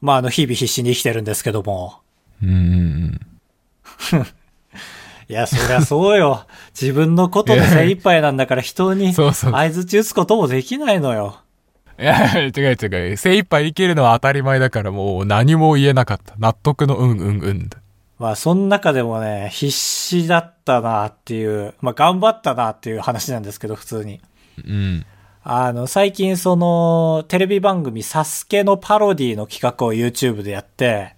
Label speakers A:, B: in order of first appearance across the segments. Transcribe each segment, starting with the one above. A: まあ、あの、日々必死に生きてるんですけども。
B: うんうん
A: いや、そりゃそう よ。自分のことで精一杯なんだから人
B: う
A: に
B: ん。 そうそう。
A: 相づち打つこともできないのよ。
B: いや、違う違う。精一杯生きるのは当たり前だからもう何も言えなかった。納得のうんうんうんだ。
A: まあ、その中でもね、必死だったなっていう、まあ、頑張ったなっていう話なんですけど、普通に。
B: うん。
A: あの、最近その、テレビ番組サスケのパロディの企画を YouTube でやって、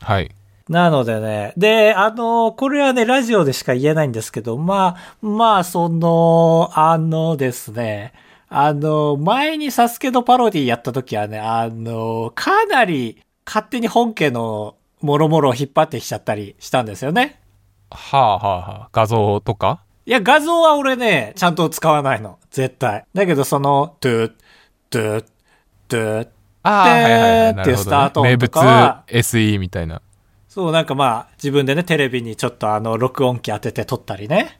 B: はい。
A: なのでね、で、あの、これはね、ラジオでしか言えないんですけど、まあ、まあ、その、あのですね、あの、前にサスケのパロディやった時はね、あの、かなり勝手に本家の諸々を引っ張ってきちゃったりしたんですよね。
B: はあはあはあ。画像とか
A: いや、画像は俺ね、ちゃんと使わないの。絶対。だけど、その、トゥッ、トゥッ、トゥッ、
B: ああ、はいはいはい。
A: でー
B: な
A: ってい
B: る
A: う
B: ほ
A: スタート
B: ど、ね。名
A: と
B: 物
A: かは
B: SE みたいな。
A: そう、なんかまあ、自分でね、テレビにちょっとあの、録音機当てて撮ったりね。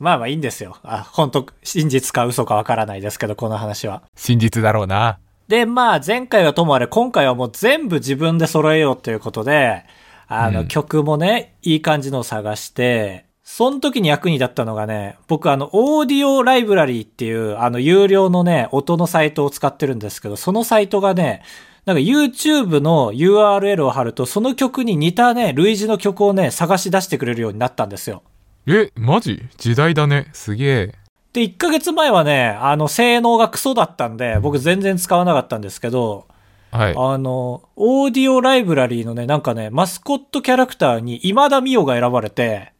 A: まあまあいいんですよ。あ、本当真実か嘘かわからないですけど、この話は。
B: 真実だろうな。
A: で、まあ、前回はともあれ、今回はもう全部自分で揃えようということで、あの、
B: うん
A: 曲もね、いい感じのを探して、その時に役に立ったのがね、僕あの、オーディオライブラリーっていう、あの、有料のね、音のサイトを使ってるんですけど、そのサイトがね、なんか YouTube の URL を貼ると、その曲に似たね、類似の曲をね、探し出してくれるようになったんですよ。
B: え、マジ時代だね。すげえ。
A: で、1ヶ月前はね、あの、性能がクソだったんで、僕全然使わなかったんですけど、
B: はい。
A: あの、オーディオライブラリーのね、なんかね、マスコットキャラクターに今田美桜が選ばれて、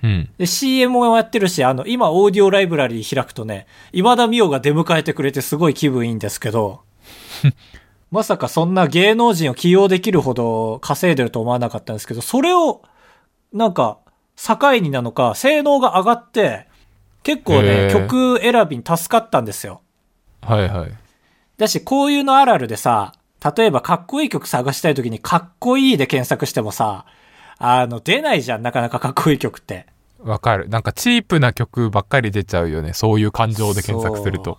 B: うん。
A: で、CM もやってるし、あの、今、オーディオライブラリー開くとね、今田美桜が出迎えてくれてすごい気分いいんですけ ど、まさかそんな芸能人を起用できるほど稼いでると思わなかったんですけど、それを、なんか、境になのか、性能が上がって、結構
B: へ
A: ね、
B: ー
A: 曲選びに助かったんですよ。
B: はいはい。
A: だし、こういうのあるあるでさ、例えばかっこいい曲探したい時にかっこいいで検索してもさ、あの、出ないじゃん、なかなかかっこいい曲って。
B: わかる。なんかチープな曲ばっかり出ちゃうよね。そういう感情で検索すると。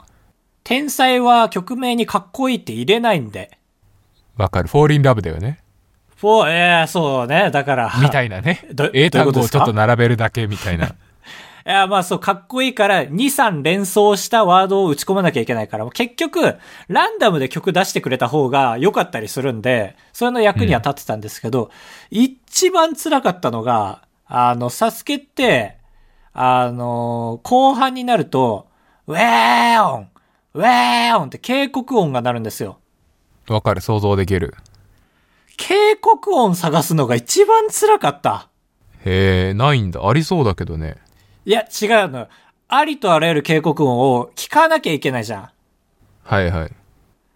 A: 天才は曲名にかっこいいって入れないんで。
B: わかる。フォーリンラブだよね。
A: フォー、えー、そうね、だから。
B: みたいなね
A: ど。
B: 英
A: どういう
B: 単
A: こと
B: 語
A: で
B: を
A: す
B: ち
A: か
B: ょっと並べるだけみたいな。
A: いや、まあそう、かっこいいから、2、3連想したワードを打ち込まなきゃいけないから、結局、ランダムで曲出してくれた方が良かったりするんで、それの役には立ってたんですけど、一番辛かったのが、あの、サスケって、あの、後半になると、ウェーオンウェーオンって警告音が鳴るんですよ。
B: わかる。想像できる。
A: 警告音探すのが一番辛かった。
B: へえ、ないんだ。ありそうだけどね。
A: いや、違うのよ。ありとあらゆる警告音を聞かなきゃいけないじゃん。
B: はいはい。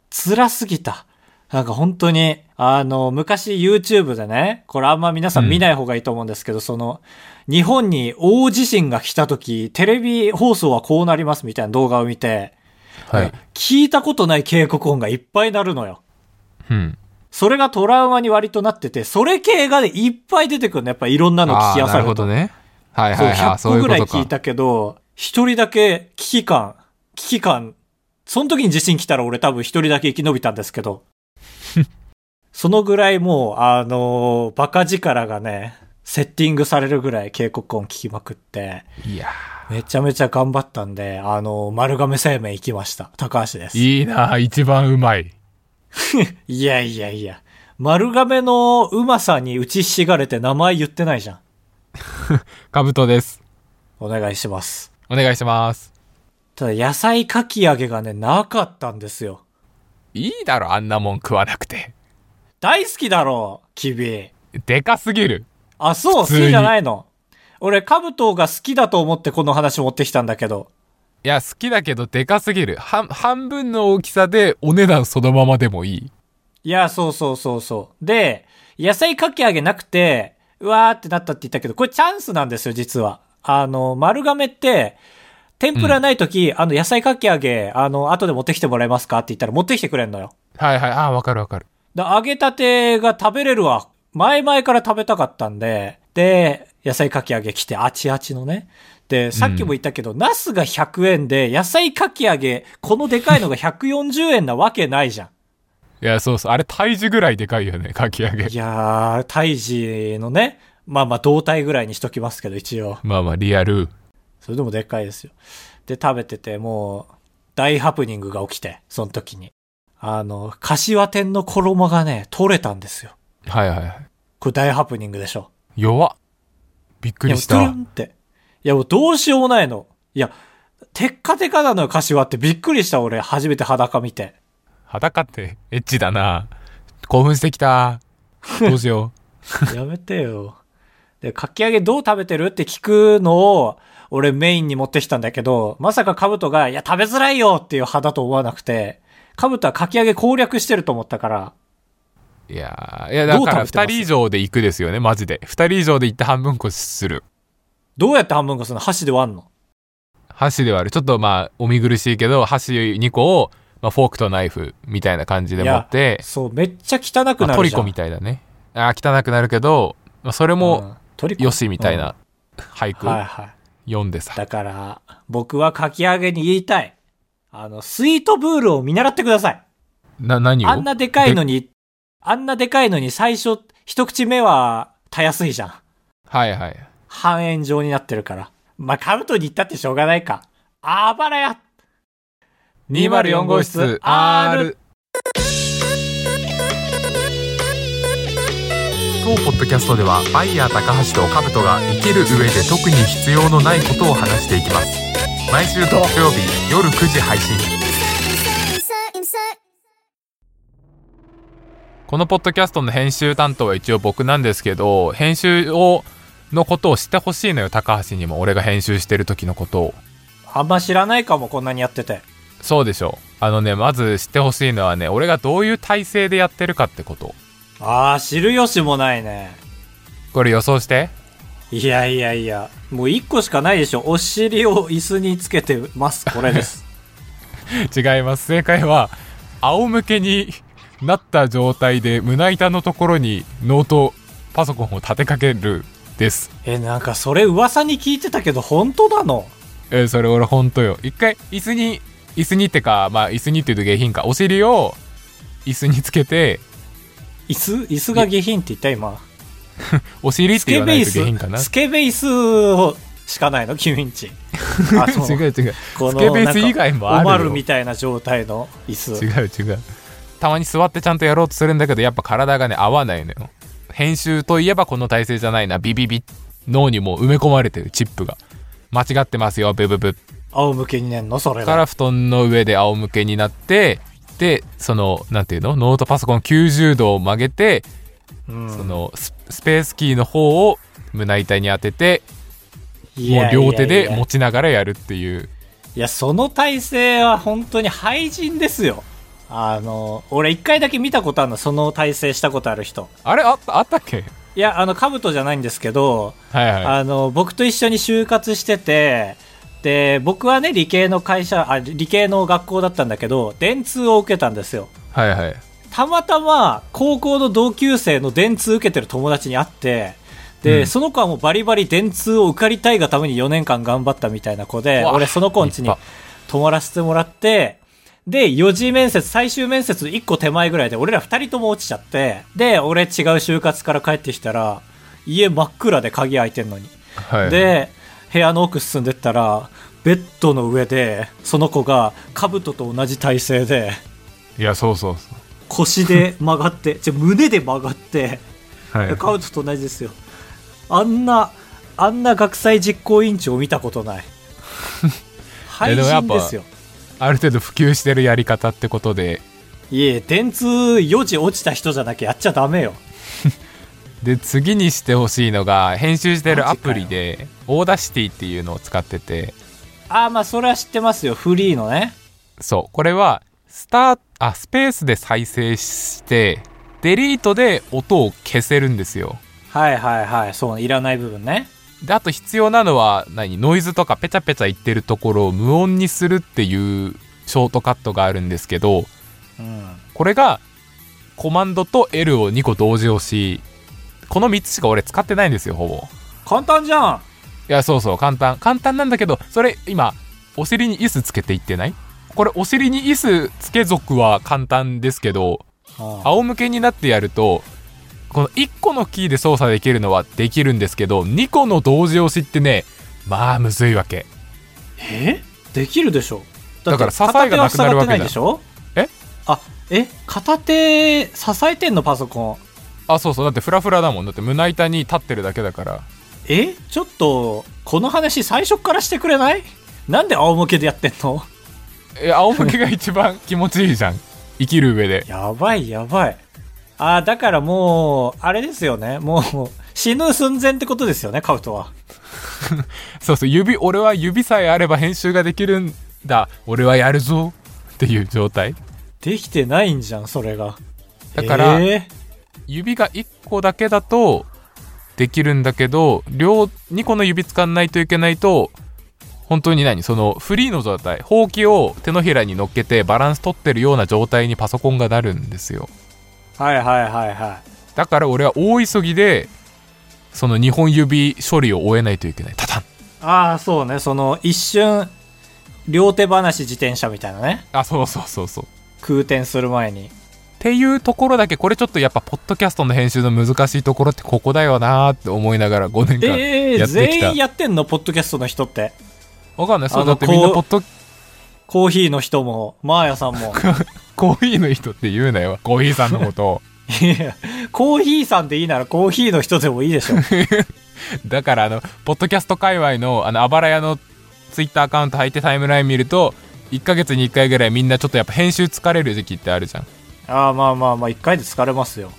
A: 辛すぎた。なんか本当に、あの、昔 YouTube でね、これあんま皆さん見ない方がいいと思うんですけど、その、日本に大地震が来た時、テレビ放送はこうなりますみたいな動画を見て、
B: はい。
A: 聞いたことない警告音がいっぱい鳴るのよ。
B: うん。
A: それがトラウマに割となってて、それ系がね、いっぱい出てくるの。やっぱいろんなの聞
B: あ
A: き
B: あ
A: 漁
B: ー、な
A: さ
B: る
A: れ
B: ほ
A: ると。
B: どね。はい
A: そう、
B: はいはい。
A: 100
B: そう
A: 個
B: いう
A: ぐ
B: こ
A: らい
B: と
A: 聞い
B: か。
A: たけど、一人だけ危機感、危機感、その時に地震来たら俺多分一人だけ生き延びたんですけ ど、そのぐらいもう、あのーバカ力がね、セッティングされるぐらい警告音聞きまくって、
B: いや
A: めちゃめちゃ頑張ったんで、あのー丸亀製麺行きました。高橋です。
B: ーいいな一番うまい。
A: いやいやいや、丸亀のうまさに打ちひしがれて名前言ってないじゃん。
B: かぶとです。
A: お願いします。
B: お願いします。
A: ただ野菜かき揚げがね、なかったんですよ。
B: いいだろ、あんなもん食わなくて。
A: 大好きだろう、キビ。
B: でかすぎる。
A: あ、そう、好
B: 普通に
A: きじゃないの。俺、カブトが好きだと思ってこの話持ってきたんだけど。
B: いや、好きだけど、でかすぎる。半、半分の大きさで、お値段そのままでもいい。
A: いや、そうそうそうそう。で、野菜かき揚げなくて、うわーってなったって言ったけど、これチャンスなんですよ、実は。あの、丸亀って、天ぷらない時、あの、野菜かき揚げ、あの、後で持ってきてもらえますかって言ったら持ってきてくれんのよ。
B: はいはい、ああ、わかるわかる。
A: だ揚げたてが食べれるわ。前々から食べたかったんで、で、野菜かき揚げ来て、あちあちのね。で、さっきも言ったけど、ナスが100円で、野菜かき揚げ、このでかいのが140円なわけないじゃん。
B: いや、そうそう。あれ、胎児ぐらいでかいよね、かき揚げ
A: い。やー、胎児のね、まあまあ胴体ぐらいにしときますけど、一応。
B: まあまあ、リアル。
A: それでもでっかいですよ。で、食べてて、もう、大ハプニングが起きて、その時に。あの、柏天の衣がね、取れたんですよ。
B: はいはいはい。
A: これ大ハプニングでしょ。
B: 弱っ。びっく
A: いや、
B: り
A: もう
B: し
A: トゥル
B: た。
A: ンって。いや、もうどうしようもないの。いや、テッカテカなのよ、柏って。びっくりした、俺。初めて裸見 て。
B: 裸って、エッチだな。興奮してきた。どうしよ
A: やめてよ。で、かき揚げどう食べてるって聞くのを、俺メインに持ってきたんだけど、まさかカブトが、いや、食べづらいよっていう派だと思わなくて、カブトはかき揚げ攻略してると思ったから、
B: う。いやーいや、だか
A: どう
B: ら、
A: 食べてま
B: 二
A: す
B: 人以上で行くですよね、マジで。二人以上で行って半分こする。
A: どうやって半分こするの箸で割んの
B: 箸で割る。ちょっとまあ、お見苦しいけど、箸2個を、まあ、フォークとナイフみたいな感じで持って、
A: そう、めっちゃ汚く
B: ま
A: な
B: あト
A: る
B: リ
A: じゃん。
B: コみたいだね。あー汚くなるけど、まあ、それも、
A: んトリコ
B: よしみたいな俳
A: う
B: 句
A: んはいはい。
B: 読んでさ。
A: だから、僕はかき揚げに言いたい。あの、スイートブールを見習ってください。
B: な、何を
A: あんなでかいのに、あんなでかいのに最初、一口目は、たやすいじゃん。
B: はいはい。
A: 半円状になってるから。まあ、カブトに行ったってしょうがないか。あばらや
B: 204号室 R。当ポッドキャストではバイヤー高橋とカブトが生きる上で特に必要のないことを話していきます毎週土曜日夜9時配信
C: insert, insert.
B: このポッドキャストの編集担当は一応僕なんですけど編集をのことを知ってほしいのよ高橋にも俺が編集してる時のことを
A: あんま知らないかも、こんなにやってて。
B: そうでしょうあのねまず知ってほしいのはね俺がどういう体制でやってるかってこと
A: ああ、知る由もないね。
B: これ予想して
A: いやいやいや、もう一個しかないでしょ。お尻を椅子につけてます。これです。
B: 違います正解は仰向けになった状態で胸板のところにノートパソコンを立てかけるです
A: え、なんかそれ噂に聞いてたけど、本当なの
B: えーそれ俺ほんとよ一回椅子に椅子にってかまあ椅子にっていうと下品かお尻を椅子につけて
A: 椅子、椅子が下品って言った今。
B: お尻っ
A: ス
B: て言
A: ケ
B: わな
A: ベ
B: い
A: 椅
B: と下品かな
A: 子、スケベ椅子をしかないの君ん ち。あ、
B: 違う違うスケベ
A: この
B: ース以外もあ
A: おま
B: る
A: る
B: よ
A: みたいな状態の椅子。
B: 違う違うたまに座ってちゃんとやろうとするんだけどやっぱ体がね合わないのよ編集といえばこの体勢じゃないなビビビ脳にもう埋め込まれてるチップが間違ってますよブブブ
A: 仰向けにねんのそれ
B: か
A: が。
B: ら布団の上で仰向けになってでそのなんていうのノートパソコン90度を曲げて、
A: うん
B: そのススペースキーの方を胸板に当てて
A: いや
B: もう
A: いやいや
B: 両手で持ちながらやるっていう
A: いや、その体勢は本当に廃人ですよ。あの、俺一回だけ見たことあるの、その体勢したことある人。
B: あれあったあったっけ
A: いや、あの、兜じゃないんですけど、
B: はいはい
A: あの、僕と一緒に就活してて、で、僕はね、理系の会社、あ、理系の学校だったんだけど、電通を受けたんですよ。
B: はいはい
A: たまたま、高校の同級生の電通受けてる友達に会って、で、
B: うん
A: その子はもうバリバリ電通を受かりたいがために4年間頑張ったみたいな子で、
B: うわ
A: 俺その子ん家に
B: 立
A: 泊まらせてもらって、で、4次面接、最終面接1個手前ぐらいで、俺ら2人とも落ちちゃって、で、俺違う就活から帰ってきたら、家真っ暗で鍵開いてんのに。
B: はい
A: で、部屋の奥進んでったら、ベッドの上で、その子が、兜と同じ体勢で、
B: いやそうそうそ
A: 腰で曲がって、じゃ胸で曲がって、
B: うはい
A: カウトと同じですよ。あんな、あんな学祭実行委員長を見たこと ない。
B: や
A: 廃
B: でもやっ
A: 人
B: ぱ
A: ですよ。
B: ある程度普及してるやり方ってことで
A: いえ、電通4時落ちた人じゃなきゃやっちゃダメよ。
B: で次にしてほしいのが編集してるアプ
A: マ
B: リ
A: ジか
B: でオーダーシティっていうのを使ってて
A: ああ、まあそれは知ってますよ。フリーのね。
B: そうこれはスターあスペースで再生してデリートで音を消せるんですよ
A: はいはいはい。そう、いらない部分ね。
B: であと必要なのは何ノイズとかペチャペチャ言ってるところを無音にするっていうショートカットがあるんですけど
A: うん。
B: これがコマンドと L を2個同時押しこの3つしか俺使ってないんですよほぼ
A: 簡単じゃん。
B: いやそうそう簡単簡単なんだけどそれ今お尻に椅子つけていってないこれお尻に椅子つけ族は簡単ですけど
A: あ
B: 仰向けになってやるとこの1個のキーで操作できるのはできるんですけど2個の同時押しってねまあむずいわけ
A: えできるでしょって
B: だから支えがなくなる
A: 片手は塞がって
B: わけだ
A: ないでしょ
B: え
A: あえ片手支えてんのパソコン
B: あそうそうだってフラフラだもんだって胸板に立ってるだけだから
A: えちょっとこの話最初からしてくれないなんで仰向けでやってん の
B: え仰向けが一番気持ちいいじゃん 生きる上で
A: やばいやばいあーだからもうあれですよねもう死ぬ寸前ってことですよねカウトは
B: そうそう指俺は指さえあれば編集ができるんだ俺はやるぞっていう状態
A: できてないんじゃんそれが
B: だから
A: え
B: 指が1個だけだとできるんだけど両2個の指使わないといけないと本当に何そのフリーの状態ほうきを手のひらに乗っけてバランス取ってるような状態にパソコンがなるんですよ
A: ーはいはいはいは
B: だから俺は大急ぎでその2本指処理を終えないといけないタタン
A: いああそうねその一瞬両手話自転車みたいなね
B: あそうそうそうそう
A: 空転する前に
B: っていうところだけこれちょっとやっぱポッドキャストの編集の難しいところってここだよなーって思いながら5年間
A: ええ
B: や
A: ー、
B: ってきた、
A: 全員やってんのポッドキャストの人って
B: わかんないそ
A: あ
B: うだ
A: の
B: ってみんな
A: こう
B: ポッド
A: コーヒーの人もマーヤさん も
B: コーヒーの人って言うなよコーヒーさんのことを
A: いやコーヒーさんでいいならコーヒーの人でもいい でしょ
B: だからあのポッドキャスト界隈のあのあばら屋のツイッターアカウント入ってタイムライン見ると1ヶ月に1回ぐらいみんなちょっとやっぱ編集疲れる時期ってあるじゃん
A: ああまあまあまあ一回で疲れますよ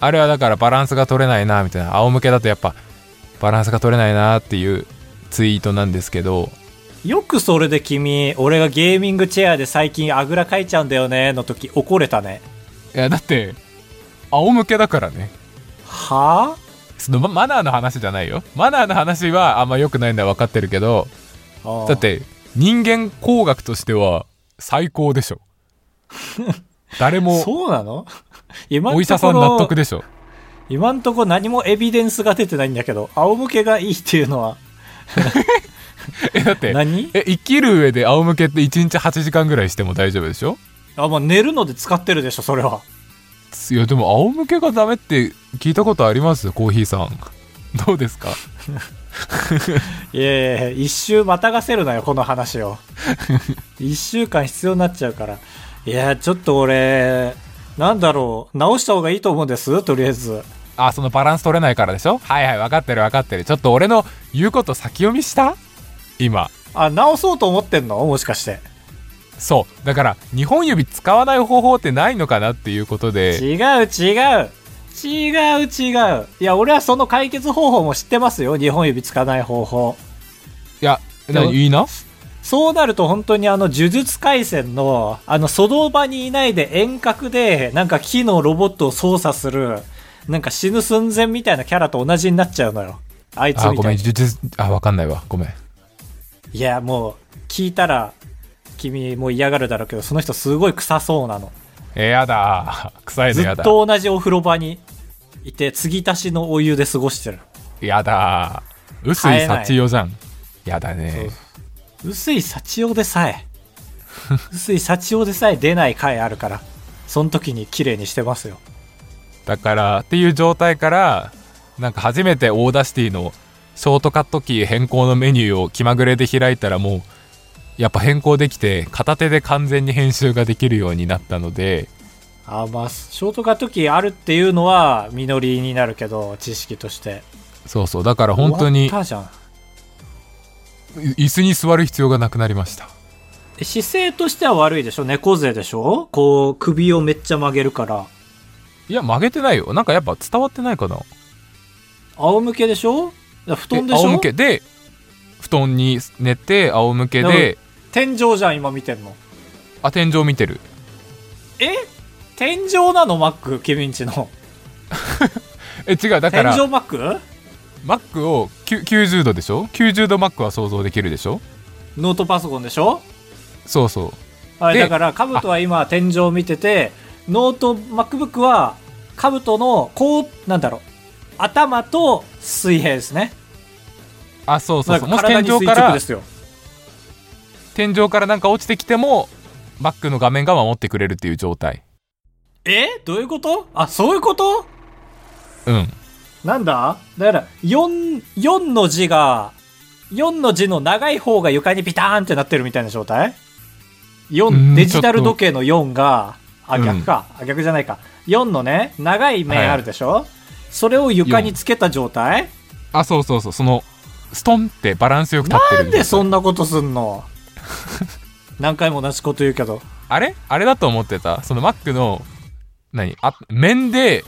B: あれはだからバランスが取れないなみたいな仰向けだとやっぱバランスが取れないなっていうツイートなんですけど
A: よくそれで君俺がゲーミングチェアで最近あぐらかいちゃうんだよねの時怒れたね
B: いやだって仰向けだからね
A: はあ
B: そのまマナーの話じゃないよマナーの話はあんま良くないのは分かってるけど
A: ああ
B: だって人間工学としては最高で しょ誰も
A: そうなの 今
B: お医
A: ん
B: 者
A: と
B: さ
A: こ
B: ん
A: ろ
B: 納得でしょ
A: 今んとこ何もエビデンスが出てないんだけど仰向けがいいっていうのは
B: えだって
A: 何
B: え生きる上で仰向けって1日8時間ぐらいしても大丈夫でしょ
A: あまあ寝るので使ってるでしょそれはい
B: やでも仰向けがダメって聞いたことありますコーヒーさん どうですか
A: いやいやいや一周またがせるなよこの話を一週間必要になっちゃうからいやちょっと俺なんだろう直した方がいいと思うんですとりあえず
B: あそのバランス取れないからでしょはいはい分かってる分かってるちょっと俺の言うこと先読みした今
A: あ直そうと思ってんのもしかして
B: そうだから2本指使わない方法ってないのかなっていうことで
A: 違う違う違う違ういや俺はその解決方法も知ってますよ日本指つかない方法
B: いや
A: でも
B: 何いいな
A: そうなると本当にあの呪術廻戦のあの書道場にいないで遠隔でなんか木のロボットを操作するなんか死ぬ寸前みたいなキャラと同じになっちゃうのよあいつ
B: あ
A: み
B: ご
A: た
B: めん
A: いに
B: 呪術あ分かんないわごめん
A: いやもう聞いたら君もう嫌がるだろうけどその人すごい臭そうなの
B: えーやだー 臭いの
A: ず
B: や
A: っ
B: だ
A: と同じお風呂場にいて継ぎ足しのお湯で過ごしてる
B: やだー薄
A: 買
B: い
A: えない
B: 幸代じゃんやだね
A: 薄い幸男でさ え薄い幸男でさえ出ない回あるからその時に綺麗にしてますよ
B: だからっていう状態からなんか初めてオーダーシティのショートカットキー変更のメニューを気まぐれで開いたらもうやっぱ変更できて片手で完全に編集ができるようになったので
A: あまあショートカットキーあるっていうのは実りになるけど知識として
B: そうそうだから本当に
A: 終わったじゃん
B: 椅子に座る必要がなくなりました
A: え姿勢としては悪いでしょ猫背でしょこう首をめっちゃ曲げるから
B: いや曲げてないよなんかやっぱ伝わってないかな
A: 仰向けでしょだ布団でしょ
B: え仰向けで布団に寝て仰向けで
A: 天井じゃん今見てんの
B: あ天井見てる
A: え天井なのマック君んちの
B: え違うだか
A: 天
B: ら
A: 井マック
B: マックをきゅ90度でしょ90度マックは想像できるでしょ
A: ノートパソコンでしょ
B: そうそう
A: はい、
B: で
A: だから、カブトは今、天井を見てて、ノート、MacBook は、カブトの、こう、なんだろう、頭と水平ですね。
B: あそうそうそう
A: な
B: も
A: ん
B: し
A: か体
B: 天
A: に垂
B: 井か
A: 直で
B: ら
A: すよ。
B: 天井からなんか落ちてきてもバックの画面が守ってくれるっていう状態
A: えどういうことあ、そういうこと
B: うん。
A: なんだだから、4、4の字が、4の字の長い方が床にピターンってなってるみたいな状態
B: ー
A: ?4、
B: ん
A: デジタル
B: ちょっ
A: 時計の4が、あ、
B: うん
A: 逆か、あ、逆じゃないか。4のね、長い面
B: はい
A: あるでしょ、それを床につけた状態
B: あ、そうそうそう、その、ストンってバランスよく立ってる
A: なんでそ
B: ん
A: んなことすんの何回も同じこと言うけど。
B: あれあれだと思ってた。そのマックの、何あ、面で、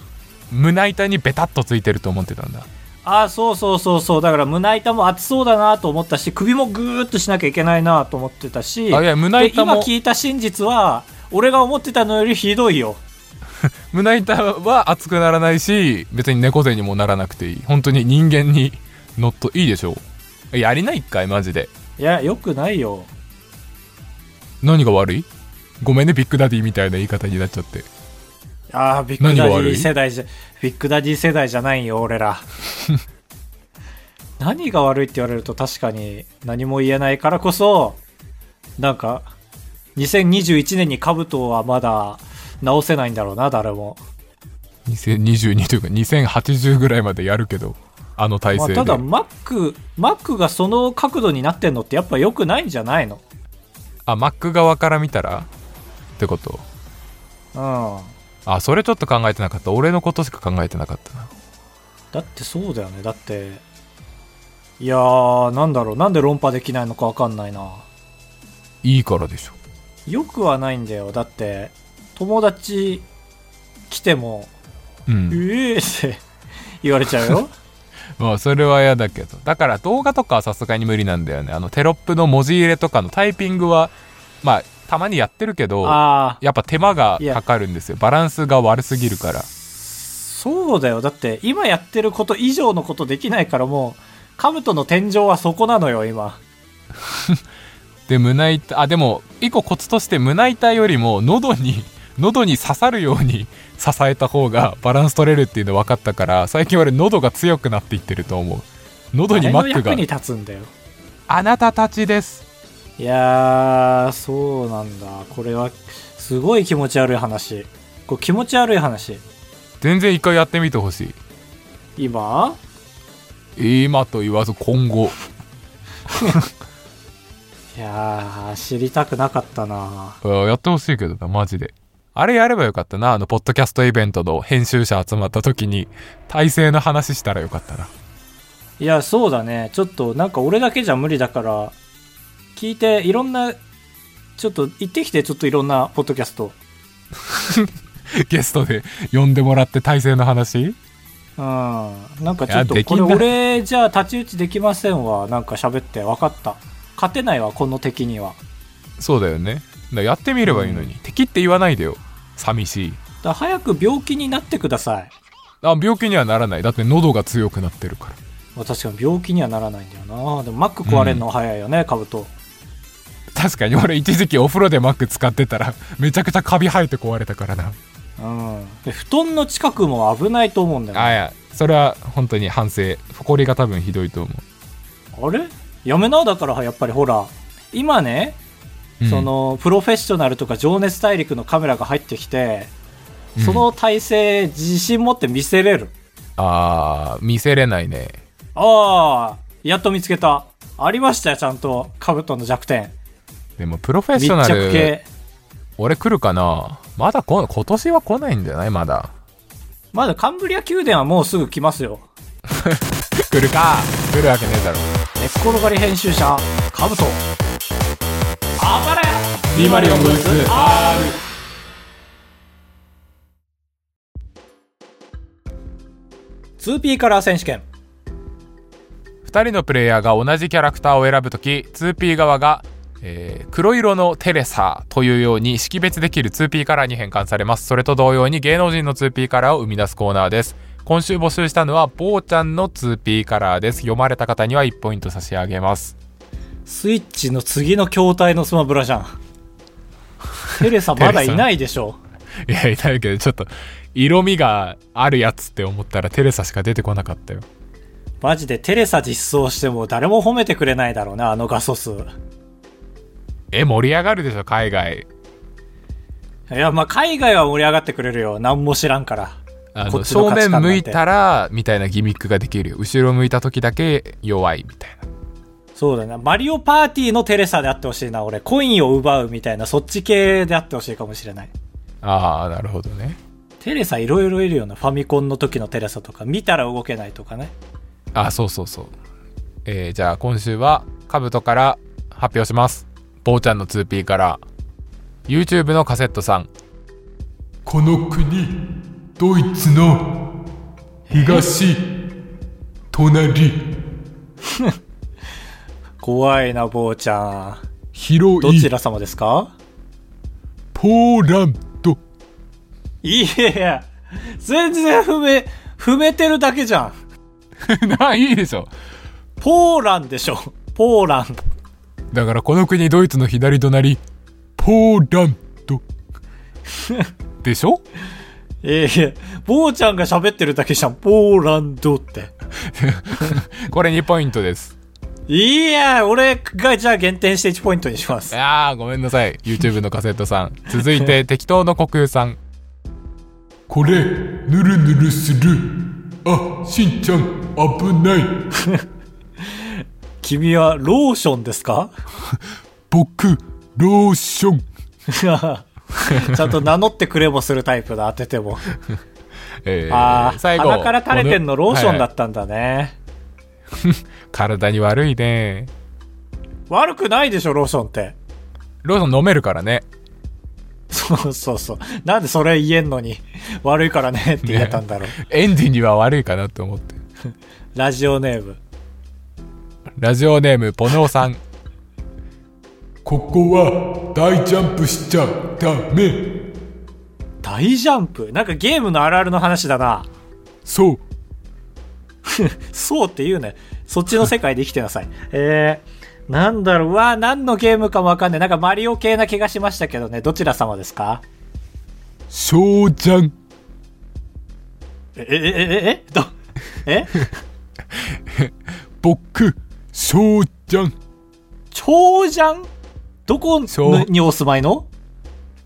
B: 胸板にベタっとついてると思ってたんだ。
A: あそうそうそうそうだから胸板も熱そうだなと思ったし首もグーッとしなきゃいけないなと思ってたし
B: あいや胸板も
A: で今聞いた真実は俺が思ってたのよりひどいよ
B: 胸板は熱くならないし、別に猫背にもならなくていい。本当に人間にノットいいでしょう。やりない一回、マジで。
A: いやよくないよ
B: 何が悪いごめんね、ビッグダディみたいな言い方になっちゃって。
A: あービッグダ
B: 何
A: デ
B: が悪
A: ィ
B: い
A: 世代じゃビッグダディ世代じゃないよ俺 ら何が悪いって言われると確かに何も言えないからこそなんか2021年に兜はまだ直せないんだろうな誰も
B: 2022というか2080ぐらいまでやるけど、あの体
A: まあ、
B: 勢
A: た
B: で。
A: だ Mac、Mac がその角度になってんのってやっぱ良くないんじゃないの
B: あ、Mac 側から見たらってこと
A: うん。
B: あ、それちょっと考えてなかった。俺のことしか考えてなかったな。
A: だってそうだよね。だって、いやー、なんだろう。なんで論破できないのかわかんないな。
B: いいからでしょ。
A: よくはないんだよ。だって、友達来ても、
B: う。
A: うんえーって 言われちゃうよ。
B: まあ、それは嫌だけど。だから動画とかはさすがに無理なんだよね。あの、テロップの文字入れとかのタイピングは、まあ、たまにやってるけど、
A: あー、
B: やっぱ手間がかかるんですよ。バランスが悪すぎるから。
A: そうだよ。だって、今やってること以上のことできないからもう、カブトの天井はそこなのよ、今。
B: で胸板あでも一個コツとして胸板よりも喉に 喉に刺さるように 支えた方がバランス取れるっていうの分かったから最近俺喉が強くなっていってると思う喉にマック
A: あ
B: が
A: れの役に立つんだよ。
B: あなたたちです
A: いやー、そうなんだ。これは、すごい気持ち悪い話。こう気持ち悪い話。
B: 全然一回やってみてほし
A: 今
B: い今と言わず今後
A: いやー、知りたくなかったな。
B: あやってほしいけどなマジであれやればよかったなあのポッドキャストイベントの編集者集まった時に体制の話したらよかったない
A: や、そうだね。ちょっと、なんか俺だけじゃ無理だから、聞いて、いろんな、ちょっと、行ってきて、ちょっといろんな、ポッドキャスト。
B: ゲストで呼んでもらって体制の話
A: うん。なんかち
B: い
A: ょ
B: や
A: っと、
B: でき
A: これ
B: んな
A: 俺じゃ太刀打ちできませんわ。なんか喋って、分かった。勝てないわ、この敵には。
B: そうだよねだからやってみればいいのに、敵って言わないでよ寂しい
A: だ早く病気になってください。
B: あ病気にはならないだって喉が強くなってるから
A: まあ確かに病気にはならないんだよなでもマック壊れるの早いよね、カブト
B: 確かに俺一時期お風呂でマック使ってたらめちゃくちゃカビ生えて壊れたからな
A: うんで布団の近くも危ないと思うんだよね
B: あいやそれは本当に反省ほこりが多分ひどいと思
A: あれやめなだからやっぱりほら今ね、
B: う、うん
A: そのプロフェッショナルとか情熱大陸のカメラが入ってきてその体勢、自信持って見せれる
B: あー見せれないね
A: ああやっと見つけたありましたよちゃんとカブトの弱点
B: でもプロフェッ
A: 密
B: ショナ
A: 着
B: ル
A: 系
B: 俺来るかなまだこ今年は来ないんじゃないまだ
A: まだカンブリア宮殿はもうすぐ来ますよ
B: 来るか来るわけねえだろ
A: 寝っ転がり編集者カブトあばれ
B: リマリオンブース
A: 2 p カラー選手権
B: 2人のプレイヤーが同じキャラクターを選ぶとき 2P 側が、えー黒色のテレサというように識別できる 2P カラーに変換されますそれと同様に芸能人の 2P カラーを生み出すコーナーです今週募集したのはぼーちゃんの 2P カラーです読まれた方には1ポイント差し上げます
A: スイッチの次の筐体のスマブラじゃんテレサまだいないでしょ
B: いやいないけどちょっと色味があるやつって思ったらテレサしか出てこなかったよ
A: マジでテレサ実装しても誰も褒めてくれないだろうなあの画素数
B: え盛り上がるでしょ海外
A: いや、まあ、海外は盛り上がってくれるよ。何も知らんから。
B: あ
A: こ
B: の
A: っちの
B: 正
A: 価値観
B: 面
A: なんて
B: 向いたらみたいなギミックができるよ後ろ向いた時だけ弱いみたいな
A: そうだな。マリオパーティーのテレサであってほしいな、俺。コインを奪うみたいな、そっち系であってほしいかもしれない。
B: ああなるほどね
A: テレサいろいろいるよな。ファミコンの時のテレサとか、見たら動けないとかね。
B: あそうそうそうえーじゃあ今週はカブトから発表します坊ちゃんの 2P から YouTube のカセットさん
D: この国ドイツの東隣
A: 怖いな、坊ちゃん。ど
D: 広
A: ち
D: い
A: ら様ですか
D: ポーランド
A: いやいや、全然踏め、踏めてるだけじゃん。
B: ないいでしょ
A: ポーランでしょ。ポーラン。
B: だからこの国ドイツの左隣
D: ポーランド
B: でしょ
A: ええ坊ちゃんが喋ってるだけじゃん。ポーランドって。
B: これ2ポイントです
A: いや、俺がじゃあ減点して1ポイントにします。
B: あーごめんなさい YouTube のカセットさん続い て適当の国有さん
D: これぬるぬるするあしんちゃん危ない
A: 君はローションですか
D: 僕ローション
A: ちゃんと名乗ってくれもするタイプだ、当てても。
B: えー
A: ああ、
B: 最後
A: 鼻から垂れてんのローションだ
B: はいは
A: ったんだね。
B: い体に悪いね
A: 悪くないでしょ、ローションって。
B: ローソン飲めるからね
A: そうそうそう。なんでそれ言えんのに、 悪いからねって言えたんだろう。
B: エンディには悪いかなと思って
A: ラジオネーム。
B: ラジオネームポノーさん
D: ここは大ジャンプしちゃダメ
A: 大ジャンプなんかゲームのあるあるの話だな。
D: そう
A: そうって言うね。そっちの世界で生きてなさい。 えー、なんだろう、うわ、何のゲームかもわかんない。なんかマリオ系な気がしましたけどね。どちら様ですか
D: 小ジャン
A: え、え、え、え、え、ど、え
D: 僕小ジャン
A: 長ジャンどこ
B: 長
A: にお住まいの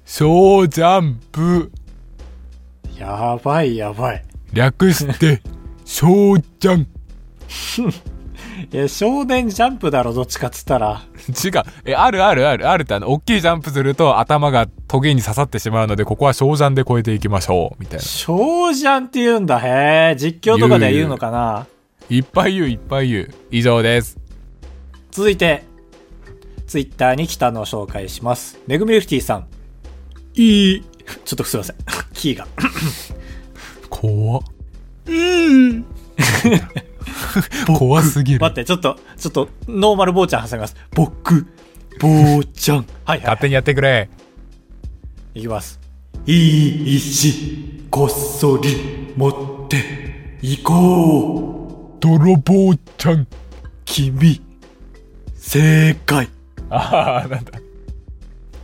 B: 小ジャンプ
A: やばいやばい。
B: 略し
D: で小ジャン
A: いや、少年ジャンプだろ、どっちかっつったら。
B: 違うえあるあるあるあるってあの大きいジャンプすると頭がトゲに刺さってしまうのでここは小ジャンで超えていきましょうみたいな
A: 長ジャンって言うんだ。へえ、実況とかでは言うのかない
B: っぱい言ういっぱい言う以上です
A: 続いて、ツイッターに来たのを紹介します。めぐみルフティさん。
D: いい
A: ちょっとすいません。 キーが。
B: 怖っ 怖すぎる
A: 待って、ちょっと、ちょっと、ノーマル坊ちゃん挟みます。僕、坊ちゃん。はい、はい
B: 勝手にやってくれ
A: いきます。
D: いい石こっそり持って行こう泥棒ちゃん
A: 君、正解。
B: ああなんだ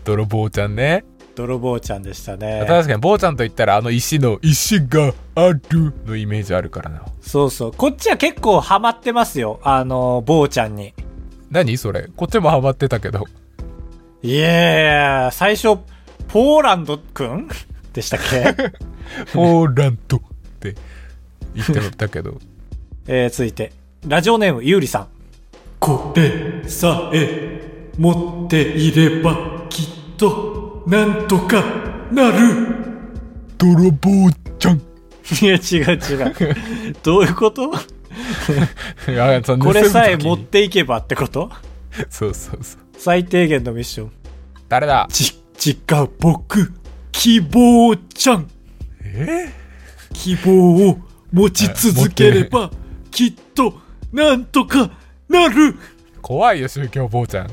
B: 泥棒ちゃんね
A: 泥棒ちゃんでしたね。
B: 確かに坊ちゃんと言ったらあの石の
D: 石がある
B: のイメージあるからな
A: そうそう。こっちは結構ハマってますよ。あの、坊ちゃんに。
B: 何それこっちもハマってたけど
A: いやー、最初、ポーランドくんでしたっけ
B: ポーランドって言ってたけど
A: えー、続いて、ラジオネーム、ゆうりさん。
D: これさえ持っていればきっとなんとかなる泥棒ち ゃ
A: い
D: ん
A: や、違う違う。どういうこと
B: いやその
A: これさえ
B: 盗む時に
A: 持っていけばってこと
B: そうそうそう
A: 最低限のミッション。
B: 誰だ
A: ち、ちが僕、希望ちゃん。
B: え
A: 希望を持ち続ければ、きっと、なんとかなる。
B: 怖いよ宗教坊ちゃん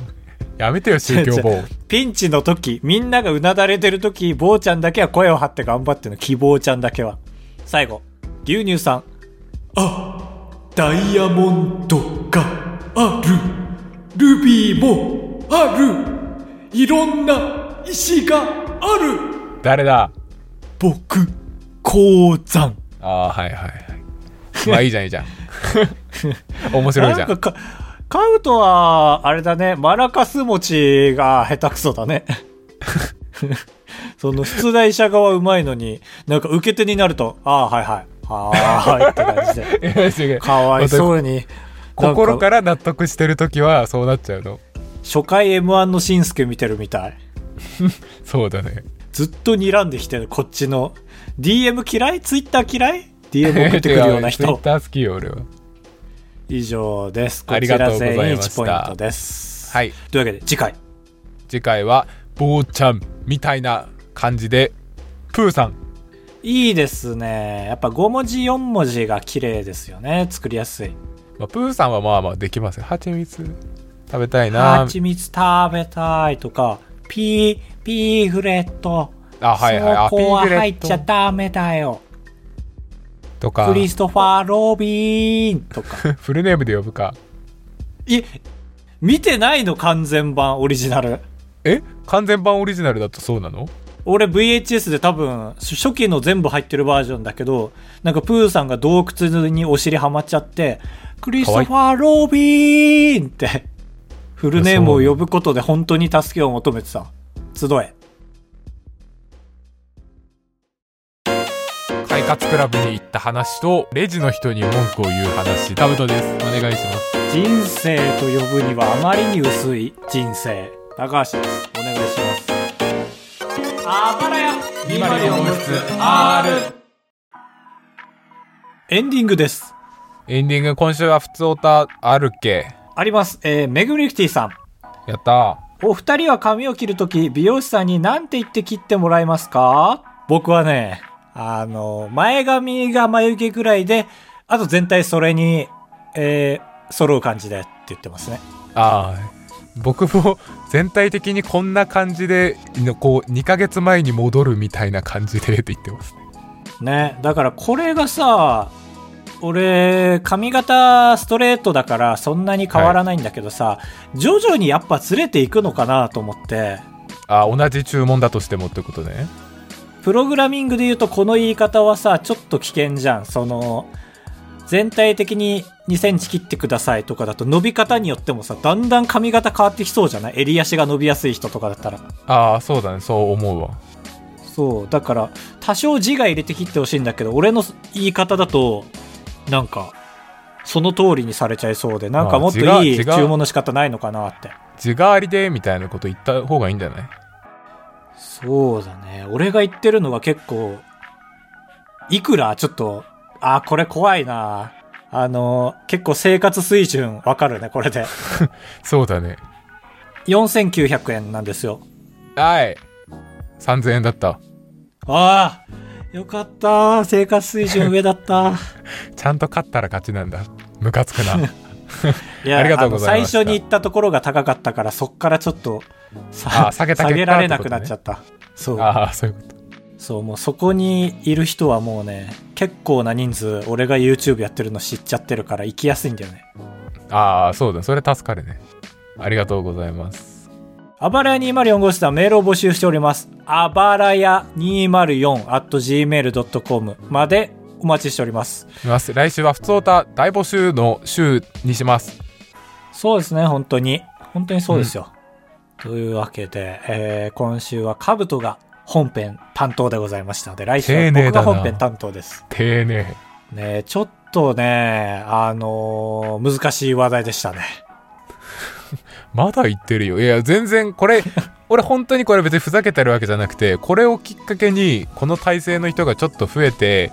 B: やめてよ 宗教坊
A: ピンチの時、みんながうなだれてる時、坊ちゃんだけは声を張って頑張ってんの、希望ちゃんだけは。最後、牛乳さん。
D: ダイヤモンドがあるルビーもあるいろんな石がある
B: 誰だ
D: 僕鉱山
B: ああはいはいはいまあいいじゃんいい じゃん面白いじ
A: な
B: ゃ
A: ん
B: ん
A: かか、カウトは、あれだね、マラカス餅が下手くそだね。 その出題者側うまいのに、なんか受け手になると、ああ、はいはい。はーいって感じ で。
B: いや違う
A: かわいそうに。。
B: 心からら納得してる時はそうなっちゃうの
A: 初回 M1 のしんすけ見てるみたい。
B: そうだね
A: ずっと睨んできてる、こっちの。DM 嫌い ?Twitter 嫌い ?DM 送ってくるような
B: ツイッ
A: 人。
B: ター好きよ俺は
A: 以上です。こ
B: あり
A: ち
B: がとう
A: ら
B: ございました
A: 全員1ポイントです。
B: はい。
A: というわけで、次回。
B: 次回は坊ちゃんみたいな感じでプーさん
A: いいですね。やっぱ5文字4文字が綺麗ですよね。作りやすい。
B: まあ、プーさんはまあまあできますよ蜂蜜食べたいな
A: 蜂蜜食べたいとか、ピー、ピーフレット。
B: あはいはいあ
A: そこは
B: ピーフレット
A: 入っちゃダメだよ。
B: とか
A: クリストファー・ロビーンとか。
B: フルネームで呼ぶか
A: え、見てないの完全版オリジナル。
B: え完全版オリジナルだとそうなの
A: 俺 VHS で多分初期の全部入ってるバージョンだけどなんかプーさんが洞窟にお尻はまっちゃってクリストファー・ロビーンってフルネームを呼ぶことで本当に助けを求めてた集え
B: 快活クラブに行った話とレジの人に文句を言う話タブトですお願いします
A: 人生と呼ぶにはあまりに薄い人生高橋ですお願いしますあばらやエンディングです
B: エンディング今週は普通オタあるっけ
A: ありますえー、めぐみきティさん
B: やった
A: お二人は髪を切るとき、美容師さんに何て言って切ってもらえますか僕はね、あの、前髪が眉毛ぐらいで、あと全体それに、えー、揃う感じでって言ってますね。
B: ああ僕も全体的にこんな感じでのこう2ヶ月前に戻るみたいな感じでって言ってますね
A: ね。だからこれがさ、俺、髪型ストレートだからそんなに変わらないんだけどさ、徐々にやっぱずれていくのかなと思って、
B: あー同じ注文だとしてもってことね
A: プログラミングで言うとこの言い方はさちょっと危険じゃんその全体的に2センチ切ってくださいとかだと伸び方によってもさだんだん髪型変わってきそうじゃない襟足が伸びやすい人とかだったら
B: ああそうだねそう思うわ
A: そうだから多少字が入れて切ってほしいんだけど俺の言い方だとなんかその通りにされちゃいそうでなんかもっと
B: あ
A: い
B: 違う違
A: いう注文の仕方ないのかなって
B: 字がありでみたいなこと言った方がいいんじゃない
A: そうだね。俺が言ってるのが結構、いくらちょっと、あー、これ怖いな。あのー、結構生活水準わかるね、これで。
B: そうだね
A: 4900円なんですよ。
B: はい3000円だった
A: ああ、よかった。生活水準上だった。
B: ちゃんと勝ったら勝ちなんだムカつくな
A: いや
B: ありがとうございま
A: あの
B: した
A: 最初に行ったところが高かったから、そっからちょっと、さ
B: あー下げた結果
A: 下げられなくなっちゃった。そう。
B: ああそういうこと
A: そう、もうそこにいる人はもうね、結構な人数、俺が YouTube やってるの知っちゃってるから行きやすいんだよね。
B: ああそうだそれ助かるねありがとうございます
A: あばらや204号室ではメールを募集しております。あばらや204 at gmail.com までお待ちしております。
B: います来週は「ふつおた大募集」の週にします
A: そうですね、本当に。本当にそうですよ。というわけで、えー今週はカブトが本編担当でございましたので、来週は
B: 丁
A: 僕
B: 寧だ
A: が
B: な
A: 本編担当です。
B: 丁寧
A: ねちょっとね、あのー難しい話題でしたね。
B: まだ言ってるよいや全然これ 俺本当にこれ別にふざけてるわけじゃなくてこれをきっかけにこの体制の人がちょっと増えて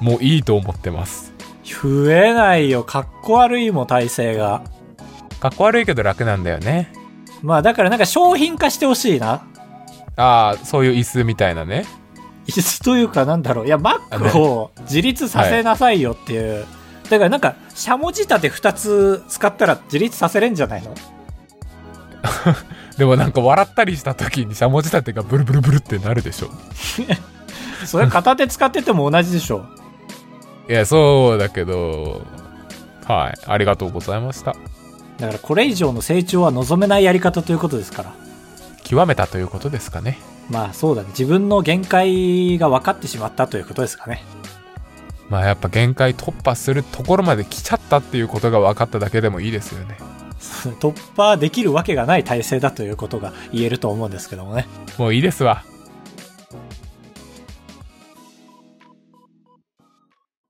B: もういいと思ってます
A: 増えないよ、かっこ悪いもん体勢が。
B: かっこ悪いけど楽なんだよね
A: まあだからなんか商品化してほしいな。
B: ああそういう椅子みたいなね
A: 椅子というかなんだろういやマ
B: あ
A: ックを自立させなさいよっていう、だからなんかしゃもじ立て2つ使ったら自立させれんじゃないの
B: でもなんか笑ったりした時にしゃもじ立てがブルブルブルってなるでしょ
A: それ片手使ってても同じでしょ
B: いやそうだけどはいありがとうございました
A: だからこれ以上の成長は望めないやり方ということですから
B: 極めたということですかね
A: まあそうだね自分の限界が分かってしまったということですかね
B: まあやっぱ限界突破するところまで来ちゃったっていうことが分かっただけでもいいですよね
A: 突破できるわけがない体制だということが言えると思うんですけどもね
B: もういいですわ